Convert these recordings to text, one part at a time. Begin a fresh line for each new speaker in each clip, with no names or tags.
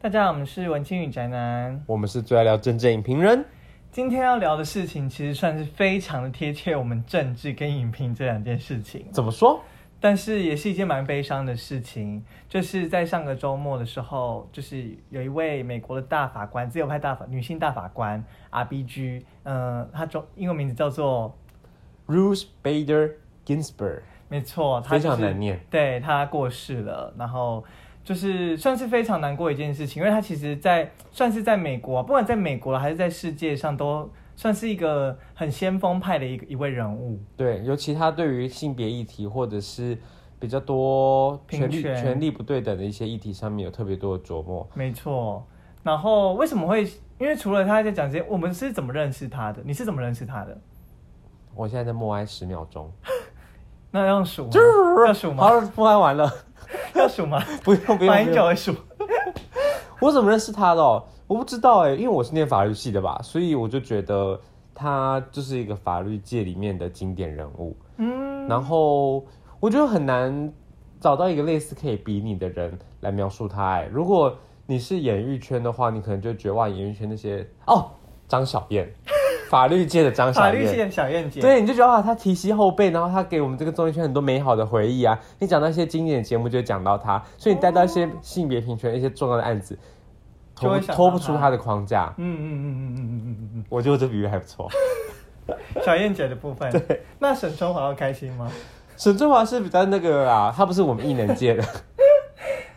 大家好，我们是文青与宅男。
我们是最爱聊真正影评人，
今天要聊的事情，其实算是非常的贴切我们政治跟影评这两件事情，
怎么说？
但是也是一件蛮悲伤的事情。就是在上个周末的时候，就是有一位美国的大法官，自由派大法女性大法官 R.B.G，嗯、呃，她中英文名字叫做
Ruth Bader Ginsburg，
没错，他
非常
就是
难念
对他过世了，然后就是算是非常难过一件事情，因为他其实在，算是在美国，啊不管在美国还是在世界上，都算是一个很先锋派的一个一位人物。
对，尤其他对于性别议题或者是比较多
平
权利
权
权利不对等的一些议题上面有特别多的琢磨。
没错，然后为什么会？因为除了他在讲这些，我们是怎么认识他的？你是怎么认识他的？
我现在在默哀十秒钟，
那要数吗？ 要数吗？
好了，默哀完了，
要数吗？
不用不用
马英
不
九
用。
会数。
我怎么认识他的哦、我不知道哎、因为我是念法律系的吧，所以我就觉得他就是一个法律界里面的经典人物。
嗯，
然后我觉得很难找到一个类似可以比拟的人来描述他、哎，如果你是演艺圈的话，你可能就觉得哇，演艺圈那些哦，张小燕，法律界的张
法
小
律系
燕。
的小燕姐。
对，你就觉得啊，她提携后辈，然后她给我们这个综艺圈很多美好的回忆啊。你讲到一些经典的节目，就会讲到她，所以你带到一些性别平权、一些重要的案子，
就会
脱
想
不
到
脱不
她
出她的框架
嗯。嗯嗯嗯嗯嗯嗯嗯
我觉得这比喻还不错。
嗯，小燕姐的部分。对。那沈春华要开心吗？
沈振华是比较那个啊啦，他不是我们艺能界 的。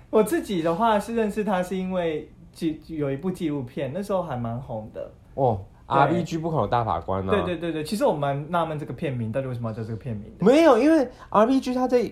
我自己的话是认识他是因为纪有一部纪录片，那时候还蛮红的。
哦
对
，RPG 不可能有大法官呢、啊
对对对对，其实我蛮纳闷这个片名到底为什么要叫这个片名的。
没有，因为 RPG 它在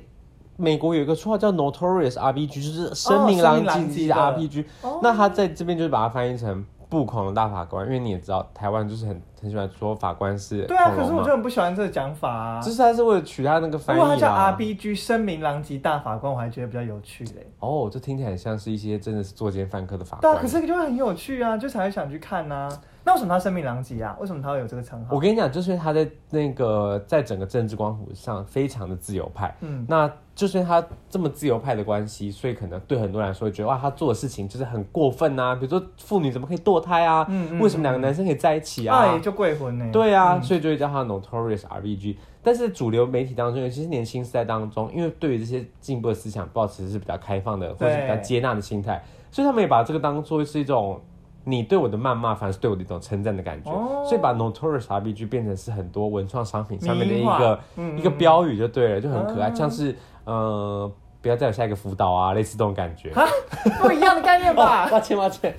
美国有一个绰号叫 Notorious RPG，就是声名狼藉的
声名狼藉
RPG、
哦
那它在这边就是把它翻译成不恐龙大法官，因为你也知道台湾就是很很喜欢说法官是
对啊，
恐
可是
龙
我
嘛
就，很不喜欢这个讲法啊
只。是它是为了取它那个
如
翻译啊
果他叫
啦。
RBG 声名狼藉大法官，我还觉得比较有趣嘞。
哦，这听起来很像是一些真的是作奸犯科的法
对
官。
啊，可是就会很有趣啊，就才会想去看呐、啊。那为什么他声名狼藉啊？为什么他会有这个称
我
号？
跟你讲，就是因为他在那个在整个政治光谱上非常的自由派，
嗯，
那就是因为他这么自由派的关系，所以可能对很多人来说，觉得哇，他做的事情就是很过分啊，比如说妇女怎么可以堕胎啊？
嗯嗯哎
为什么两个男生可以在一起啊？
那也就贵婚呢。
对啊，所以就会叫他 notorious RBG。但是主流媒体当中，尤其是年轻时代当中，因为对于这些进步的思想，保持是比较开放的，或者是比较
对
接纳的心态，所以他们也把这个当做是一种你对我的谩骂，反而是对我的一种称赞的感觉。
哦
所以把 notorious RBG 变成是很多文创商品上面的
迷
一
因化
个、
嗯
一个标语就对了，就很可爱，
嗯
像是呃，不要再有下一个辅导啊，类似这种感觉。
不一样的概念吧
哦。 抱歉抱歉，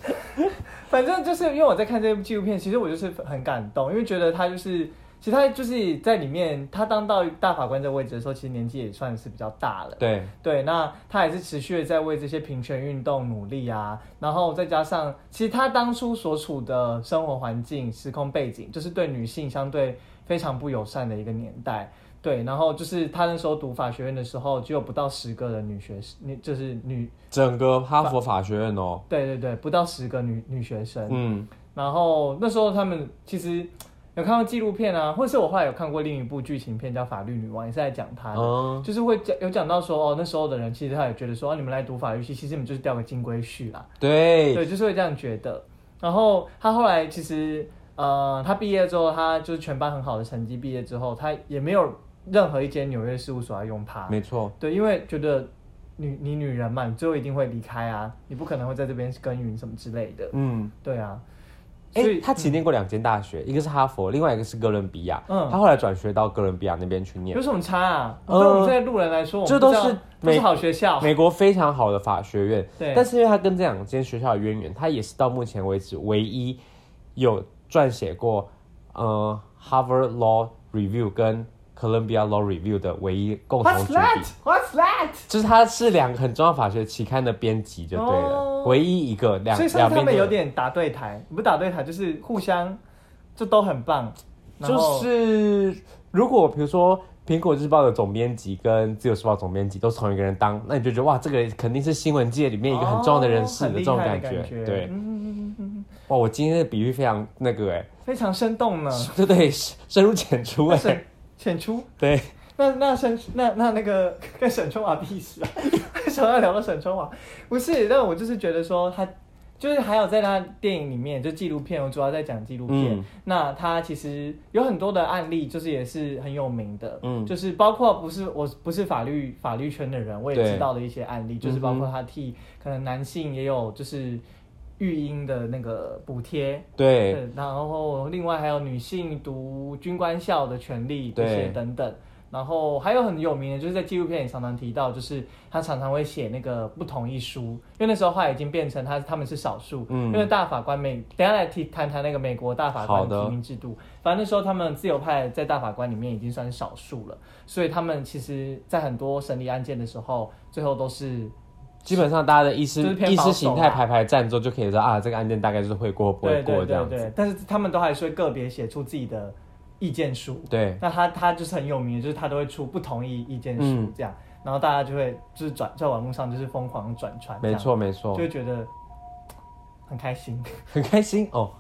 反正就是因为我在看这部纪录片，其实我就是很感动，因为觉得他就是，其实他就是在里面，他当到大法官这个位置的时候，其实年纪也算是比较大了。
对，
对，那他还是持续的在为这些平权运动努力啊，然后再加上，其实他当初所处的生活环境、时空背景，就是对女性相对非常不友善的一个年代。对，然后就是他那时候读法学院的时候，只有不到十个的女学生，女就是女，
整个哈佛法学院哦，
对对对，不到十个女女学生。
嗯，
然后那时候他们其实有看过纪录片啊，或是我后来有看过另一部剧情片叫《法律女王》，也是在讲她的，
嗯
就是会讲有讲到说哦，那时候的人其实他也觉得说，哦、你们来读法律系，其实你们就是钓个金龟婿啦，
对，
对，就是会这样觉得。然后他后来其实呃，他毕业之后，他就是全班很好的成绩，毕业之后他也没有任何一间纽约事务所要用他，
没错。
对，因为觉得女你女人嘛，你最后一定会离开啊，你不可能会在这边耕耘什么之类的，
嗯，
对啊。
哎、
所以
他其实念过两间大学，一个是哈佛，另外一个是哥伦比亚。
嗯
他后来转学到哥伦比亚那边去念
有，什么差啊？对
呃
我们这些路人来说，我们
这
不
都
知道
是
都是
美
好学校。
美国非常好的法学院。
对
但是因为他跟这两间学校的渊源，他也是到目前为止唯一有撰写过呃 Harvard Law Review 跟 Columbia Law Review 的唯一共同
What's
主
that?
笔。
What's that?
就是他是两个很重要的法学期刊的编辑就对了，
哦
唯一一个两
所以上
两
次他
边
们
都
有点打对台，不是打对台就是互相，就都很棒。然
就
后
是如果比如说苹果日报的总编辑跟自由时报总编辑都是同一个人当，那你就觉得哇，这个肯定是新闻界里面一个很重要的人士
哦很
的这
厉
种
害的
觉。
感觉
对
嗯，嗯嗯嗯嗯
哇，我今天的比喻非常那个哎、
非常生动呢，
对对，深入浅出 哎、
沈浅出。
对，
那那沈那那那个跟沈春华屁事啊？为什么要聊到沈春华？不是，但我就是觉得说他就是还有在他电影里面，就纪录片，我主要在讲纪录片。
嗯
那他其实有很多的案例，就是也是很有名的，
嗯
就是包括不是我不是法律法律圈的人，我也
对嗯
知道的一些案例，就是包括他替可能男性也有就是育婴的那个补贴，
对，
然后另外还有女性读军官校的权利这
对
些等等。然后还有很有名的，就是在纪录片也常常提到，就是他常常会写那个不同意书，因为那时候后来已经变成他他们是少数，
嗯
因为大法官美，等一下来提谈谈那个美国大法官
好的
提名制度，反正那时候他们自由派在大法官里面已经算是少数了，所以他们其实在很多审理案件的时候，最后都是
基本上大家的意
就
识
是偏
意
保守
识形态
啦
排排站之后，就可以知道啊，这个案件大概是会过不
对
会过
对
这
对
样子。
对，但是他们都还是会个别写出自己的意见书，
对，
那他他就是很有名的，就是他都会出不同意意见书
嗯
这样，然后大家就会就是转在网络上就是疯狂转传，
没，错没
就
错，
会觉得嘖很开心。
很开心哦。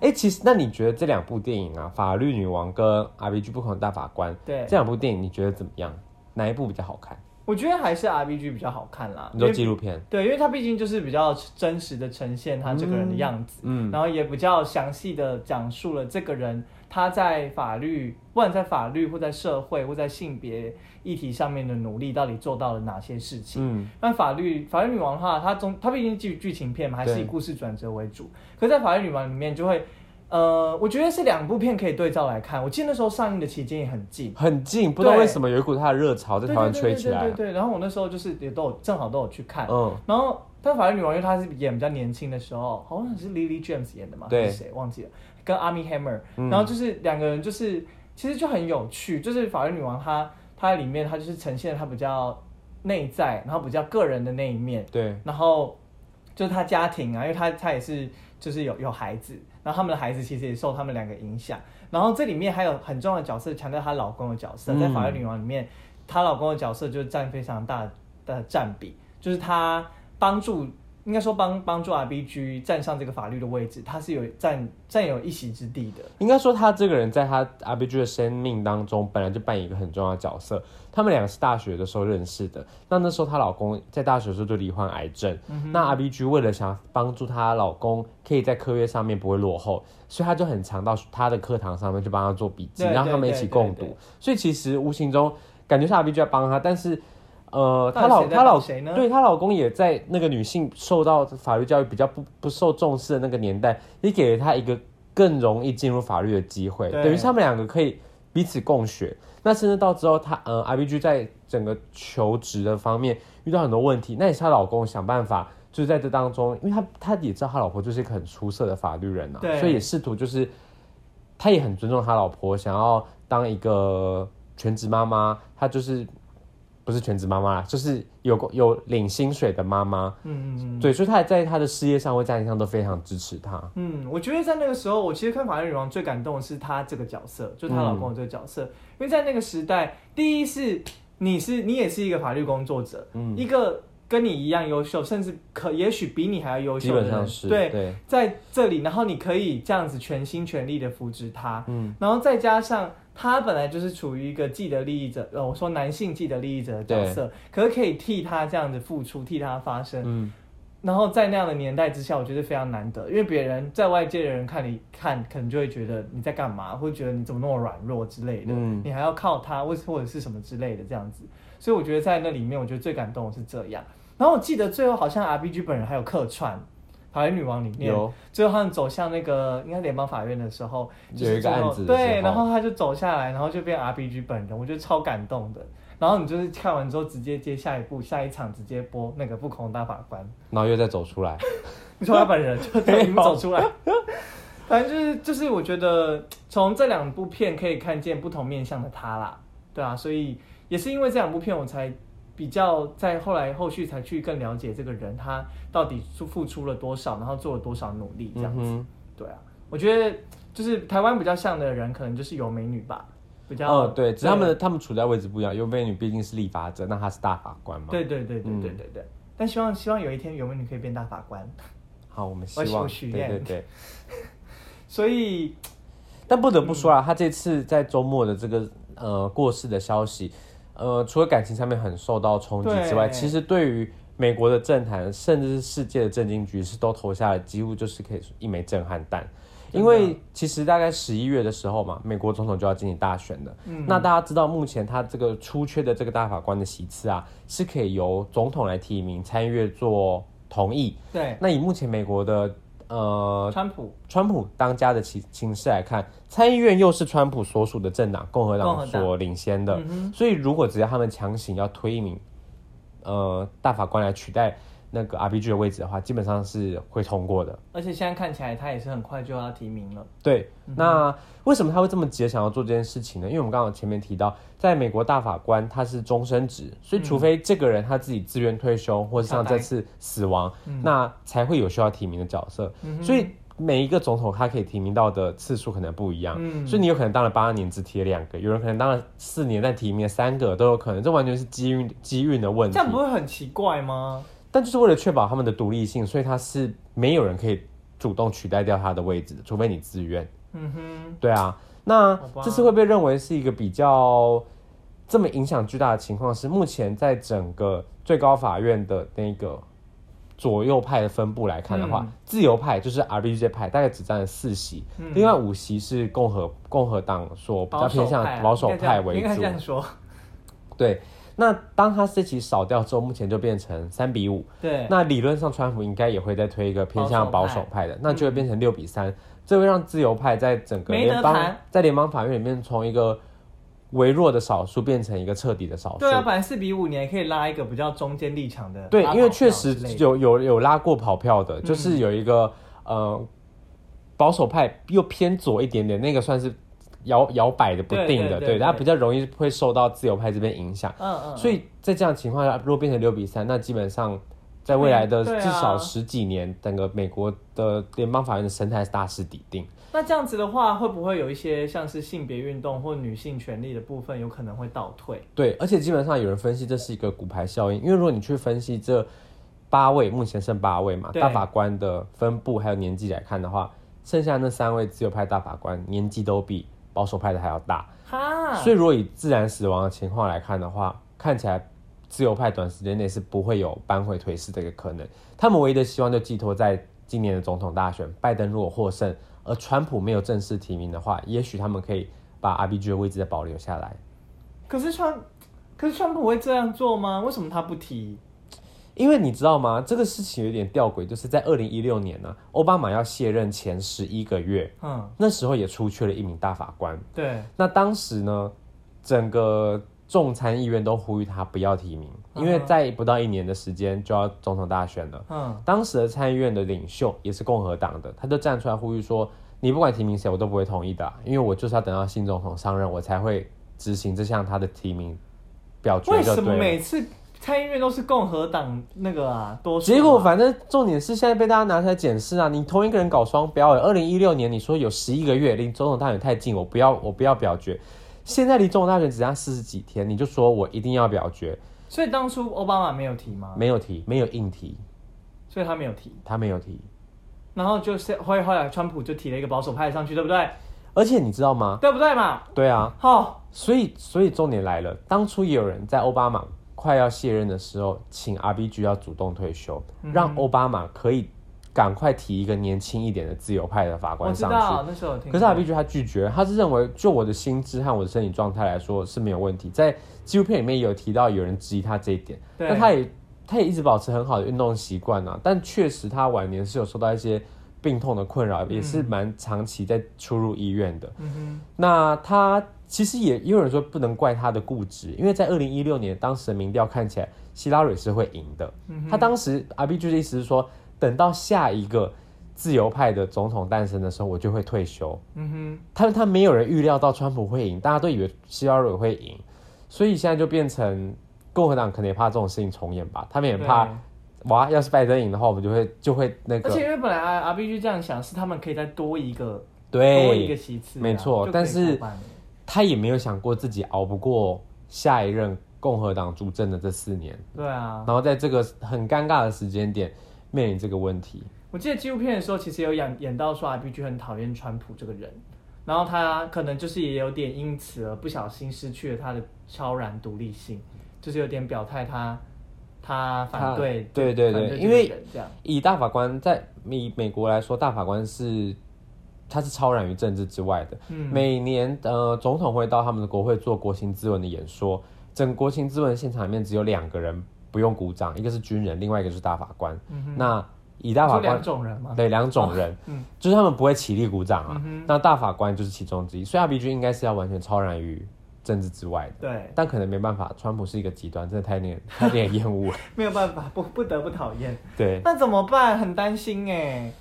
哎、其实那你觉得这两部电影啊，《法律女王》跟《RPG 不可能大法官》
对
这，两部电影，你觉得怎么样？哪一部比较好看？
我觉得还是 R B G 比较好看啦，
你
因
说
为
纪录片？
对，因为他毕竟就是比较真实的呈现他这个人的样子，
嗯，
然后也比较详细的讲述了这个人他在法律，不管在法律或在社会或在性别议题上面的努力，到底做到了哪些事情。
嗯，
但法律法律女王的话，它中它毕竟剧剧情片嘛，还是
对
以故事转折为主。可是在法律女王里面就会，呃，我觉得是两部片可以对照来看。我记得那时候上映的期间也很近，
很近，不知道
对
为什么有一股它的热潮哦在
对
台
对
湾
对
吹
对
起
对
来
对
啊。
对。然后我那时候就是也都有正好都有去看，
嗯，
然后但法律女王因为她是演比较年轻的时候，好像是 Lily James 演的嘛，
对
还是谁忘记了，跟 Army Hammer，、
嗯
然后就是两个人就是其实就很有趣，就是法律女王她她里面她就是呈现她比较内在，然后比较个人的那一面。
对，
然后就是他家庭啊，因为他他也是就是有有孩子，然后他们的孩子其实也受他们两个影响。然后这里面还有很重要的角色，强调她老公的角色，
嗯
在《法律女王》里面，她老公的角色就占非常大的占比，就是他帮助。应该说帮帮助 RBG 站上这个法律的位置，他是有占占有一席之地的。
应该说他这个人在他 RPG 的生命当中本来就扮演一个很重要的角色。他们两个是大学的时候认识的，那那时候她老公在大学的时候就罹患癌症，
嗯
那 RPG 为了想帮助她老公可以在课业上面不会落后，所以她就很常到她的课堂上面去帮他做笔记，
对
让他们一
对
起
对
共
对
读。所以其实无形中感觉是 RPG 在帮她，但是呃，
到
她
底谁
老
在
她
帮
老
谁呢？
对她老公也在那个女性受到法律教育比较不不受重视的那个年代，也给了她一个更容易进入法律的机会，
对
等于是他们两个可以彼此共学。那甚至到之后，她嗯，IBG 在整个求职的方面遇到很多问题，那也是她老公想办法，就是在这当中，因为她她也知道她老婆就是一个很出色的法律人啊
对，
所以也试图就是他也很尊重他老婆，想要当一个全职妈妈，他就是不是全职妈妈啦，就是有有领薪水的妈妈，
嗯嗯嗯。
对，所以他也在他的事业上或家庭上都非常支持他。
嗯，我觉得在那个时候，我其实看《法律女王》最感动的是她这个角色，就是她老公的这个角
嗯
色，因为在那个时代，第一是你是你也是一个法律工作者，
嗯
一个跟你一样优秀，甚至可也许比你还要优
基
秀的
本
人，
上是
对，
对，
在这里，然后你可以这样子全心全力的扶植他，
嗯，
然后再加上他本来就是处于一个既得利益者，呃，我说男性既得利益者的角色，可是可以替他这样子付出，替他发声，
嗯，
然后在那样的年代之下，我觉得非常难得，因为别人在外界的人看你看，可能就会觉得你在干嘛，会觉得你怎么那么软弱之类的，
嗯
你还要靠他，或或者是什么之类的这样子。所以我觉得在那里面，我觉得最感动的是这样。然后我记得最后好像 RPG 本人还有客串《法律女王》里面，
有
最后他们走向那个应该联邦法院的时候，就是
有一个
最后
案子的时
对，
候
然后他就走下来，然后就变 RPG 本人，我觉得超感动的。然后你就是看完之后，直接接下一部，下一场直接播那个不恐大法官。
然后又再走出来，
你说他本人就在里面走出来， 反正就是就是，我觉得从这两部片可以看见不同面向的他啦，对啊，所以也是因为这两部片，我才比较在后来后续才去更了解这个人他到底付出了多少，然后做了多少努力这样
嗯
子，
哼，
对啊，我觉得就是台湾比较像的人，可能就是有美女吧，比较
嗯，对，只是他们的他们处在位置不一样，尤美女毕竟是立法者，那她是大法官嘛，，
对对对对对对
嗯
对，但希望希望有一天有美女可以变大法官，
好，我们希
我
望，
我许
对
愿
对对。
所以
但不得不说啊，他这次在周末的这个呃过世的消息，呃，除了感情上面很受到冲击之外，
对
其实对于美国的政坛，甚至是世界的政经局势都投下了几乎就是可以说一枚震撼弹。因为其实大概十一月的时候嘛，美国总统就要进行大选了。
嗯
那大家知道，目前他这个出缺的这个大法官的席次啊，是可以由总统来提名参议院做同意。
对，
那以目前美国的呃
川普
川普当家的情情势来看，参议院又是川普所属的政党共和
共和
党
党
所领先的，
嗯哼
所以如果只要他们强行要推一名呃大法官来取代那个 RPG 的位置的话，基本上是会通过的。
而且现在看起来他也是很快就要提名了。
对，
嗯
那为什么他会这么急地想要做这件事情呢？因为我们刚刚前面提到，在美国大法官他是终身职，所以除非这个人他自己自愿退休，或是像这次死亡，
嗯
那才会有需要提名的角色。所以每一个总统他可以提名到的次数可能不一样，
嗯
所以你有可能当了八年只提了两个，有人可能当了四年但提名了三个都有可能，这完全是机运机运的问
这
题。
样不会很奇怪吗？
但就是为了确保他们的独立性，所以他是没有人可以主动取代掉他的位置的，除非你自愿。
嗯哼，
对啊，那
好吧
这次会被认为是一个比较这么影响巨大的情况是，目前在整个最高法院的那个左右派的分布来看的话，
嗯
自由派就是 RBJ 派，大概只占了四席，
嗯
另外五席是共和共和党所比较
保守
偏向
派啊
保守
应该这样
派为
应该
主
这。样说。
对，那当他这席少掉之后，目前就变成三比五。
对，
那理论上，川普应该也会再推一个偏向
保
保
守派嗯
守派的，那就会变成六比三、这会让自由派在整个
没
联
得
邦
谈
在联邦法院里面从一个微弱的少数变成一个彻底的少数。
对啊，本来四比五，你还可以拉一个比较中间立场的
对
拉跑票之类的。嗯
因为确实有有有拉过跑票的，就是有一个、呃保守派又偏左一点点，那个算是摇摇摆的不
对
定
对
的，
对
对，他
对
比较容易会受到自由派这边影响。
嗯嗯，
所以在这样的情况下，如果变成六比三，那基本上在未来的
嗯对啊
至少十几年，整个美国的联邦法院的生态是大势底定。
那这样子的话，会不会有一些像是性别运动或女性权利的部分有可能会倒退？
对，而且基本上有人分析这是一个骨牌效应，因为如果你去分析这八位，目前剩八位嘛，
对
大法官的分布还有年纪来看的话，剩下那三位自由派大法官年纪都比保守派的还要大，
啊哈，
所以如果以自然死亡的情况来看的话，看起来自由派短时间内是不会有扳回颓势的一个可能。他们唯一的希望就寄托在今年的总统大选，拜登如果获胜，而川普没有正式提名的话，也许他们可以把 RBG 的位置再保留下来。
可是川，可是川普会这样做吗？为什么他不提？
因为你知道吗？这个事情有点吊诡，就是在二零一六年呢、奥巴马要卸任前十一个月，
嗯，
那时候也出缺了一名大法官。
对，
那当时呢，整个众参议院都呼吁他不要提名，因为
嗯哼
在不到一年的时间就要总统大选了。
嗯，
当时的参议院的领袖也是共和党的，他就站出来呼吁说：“你不管提名谁，我都不会同意的啊、因为我就是要等到新总统上任，我才会执行这项他的提名表决
为
就
什么
对了。”
每次参议院都是共和党那个啊多数啊？
结果反正重点是现在被大家拿出来检视啊！你同一个人搞双标哎、2二零一六年你说有十一个月离总统大选太近，我不要我不要表决。现在离总统大选只剩下四十几天，你就说我一定要表决，
所以当初奥巴马没有提吗？
没有提，没有硬提，
所以他没有提。
他没有提。
然后就是后后来川普就提了一个保守派上去，对不对？
而且你知道吗？
对不对嘛？
对啊，
好、
所以，所以重点来了，当初也有人在奥巴马快要卸任的时候，请 RBG 要主动退休，
嗯哼
让奥巴马可以赶快提一个年轻一点的自由派的法
我
官
知
上去。
道那时候有听过。
可是 RBG 他拒绝，他是认为就我的心智和我的身体状态来说是没有问题。在纪录片里面也有提到有人质疑他这一点，
对
那他也他也一直保持很好的运动习惯啊，但确实他晚年是有受到一些病痛的困扰，也是蛮长期在出入医院的。
嗯哼，
那他其实也也有人说不能怪他的固执，因为在二零一六年当时的民调看起来，希拉蕊是会赢的。
嗯
他当时 RBG 的意思是说，等到下一个自由派的总统诞生的时候，我就会退休。
嗯哼，
他他没有人预料到川普会赢，大家都以为希拉蕊会赢，所以现在就变成共和党可能也怕这种事情重演吧，他们也怕
对。
哇，要是拜登赢的话，我们就会就会那
而
个
且因为本来啊 R B G 这样想是他们可以再多一个多一个
对，
席次啊、
没错
就可以
但是
过半了
他也没有想过自己熬不过下一任共和党主政的这四年，
对啊
然，后在这个很尴尬的时间点面临这个问题。
我记得纪录片的时候其实有演演到说 R B G 很讨厌川普这个人，然后他可能就是也有点因此而不小心失去了他的超然独立性，就是有点表态他他反
他
对
对对
反
对
这
因
个
为
人这样
以大法官在以美国来说，大法官是他是超然于政治之外的。
嗯
每年呃，总统会到他们的国会做国情咨文的演说，整个国情咨文现场里面只有两个人不用鼓掌，一个是军人，另外一个就是大法官。
嗯哼，
那以大
就
法官
两种人嘛，
对两种人，
嗯
就是他们不会起立鼓掌啊
嗯。哼，
那大法官就是其中之一，所以 R B G 应该是要完全超然于政治之外的。
对，
但可能没办法，川普是一个极端，真的太令人太令人厌 恶了。
没有办法，不不得不讨厌。
对，
那怎么办？很担心哎。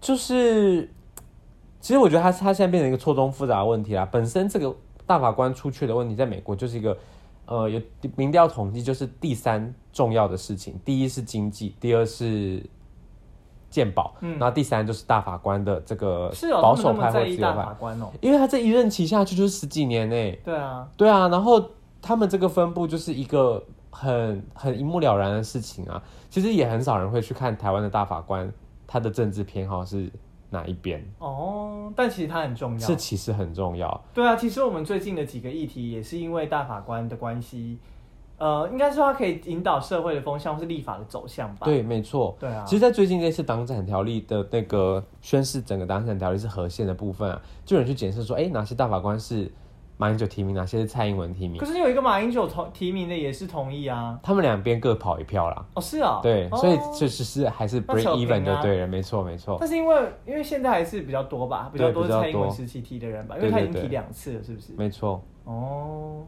就是，其实我觉得他他现在变成一个错综复杂的问题啦。本身这个大法官出去的问题，在美国就是一个，呃，有民调统计就是第三重要的事情，第一是经济，第二是鉴宝，
嗯
然后第三就是大法官的这个
是哦，
呃保
他
守
们那
派
么在
或
意
自由
大
派，
法官哦。
因为他这一任期下去就是十几年呢、
对啊，
对啊，然后他们这个分布就是一个很很一目了然的事情啊。其实也很少人会去看台湾的大法官他的政治偏好是哪一边，
哦，但其实它很重要
这。其实很重要。
对啊，其实我们最近的几个议题也是因为大法官的关系，呃，应该说它可以引导社会的风向或是立法的走向吧。
对，没错。
对啊
其，实，在最近这次党产条例的那个宣誓，整个党产条例是核线的部分啊，就有人去检视说，哎，哪些大法官是马英九提名，哪些是蔡英文提名
可，是有一个马英九同提名的也是同意啊。
他们两边各跑一票啦。
哦，是啊、哦，
对，所以
哦
确实是还是
那
break
扯平
even
啊
就对了，没错没错。
但是因为因为现在还是比较多吧，比较
对
多
比
是
较
蔡英文
多
时期提的人吧，因
对
为他已
对
经提
对
两次了，是不是？
没错，
哦，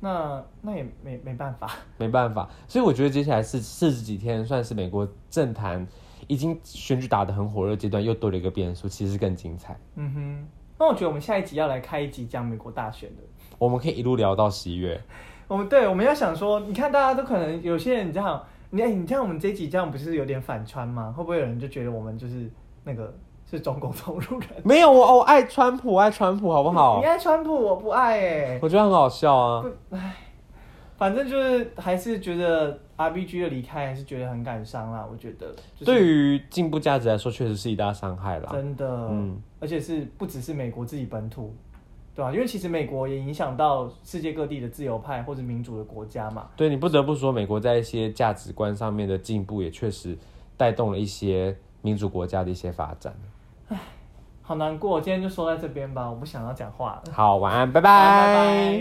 那那也没没办法，
没办法，所以我觉得接下来是四十几天，算是美国政坛已经选举打得很火热阶段，又多了一个变数，其实更精彩。
嗯哼。那我觉得我们下一集要来开一集讲美国大选的。
我们可以一路聊到十一月，
我们对我们要想说，你看大家都可能有些人这样，你哎、你看我们这一集这样不是有点反穿吗？会不会有人就觉得我们就是那个是中共同路人？
没有我，我哦爱川普，我爱川普，好不 好
你？爱川普，我不爱哎、
我觉得很好笑啊。
反正就是还是觉得 R B G 的离开还是觉得很感伤啦，我觉得。就是、
对于进步价值来说，确实是一大伤害啦。
真的，
嗯
而且是不只是美国自己本土，对吧、因为其实美国也影响到世界各地的自由派或者民主的国家嘛。
对你不得不说，美国在一些价值观上面的进步，也确实带动了一些民主国家的一些发展。
好难过，今天就说在这边吧，我不想要讲话了。
好，晚安，拜
好拜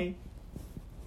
拜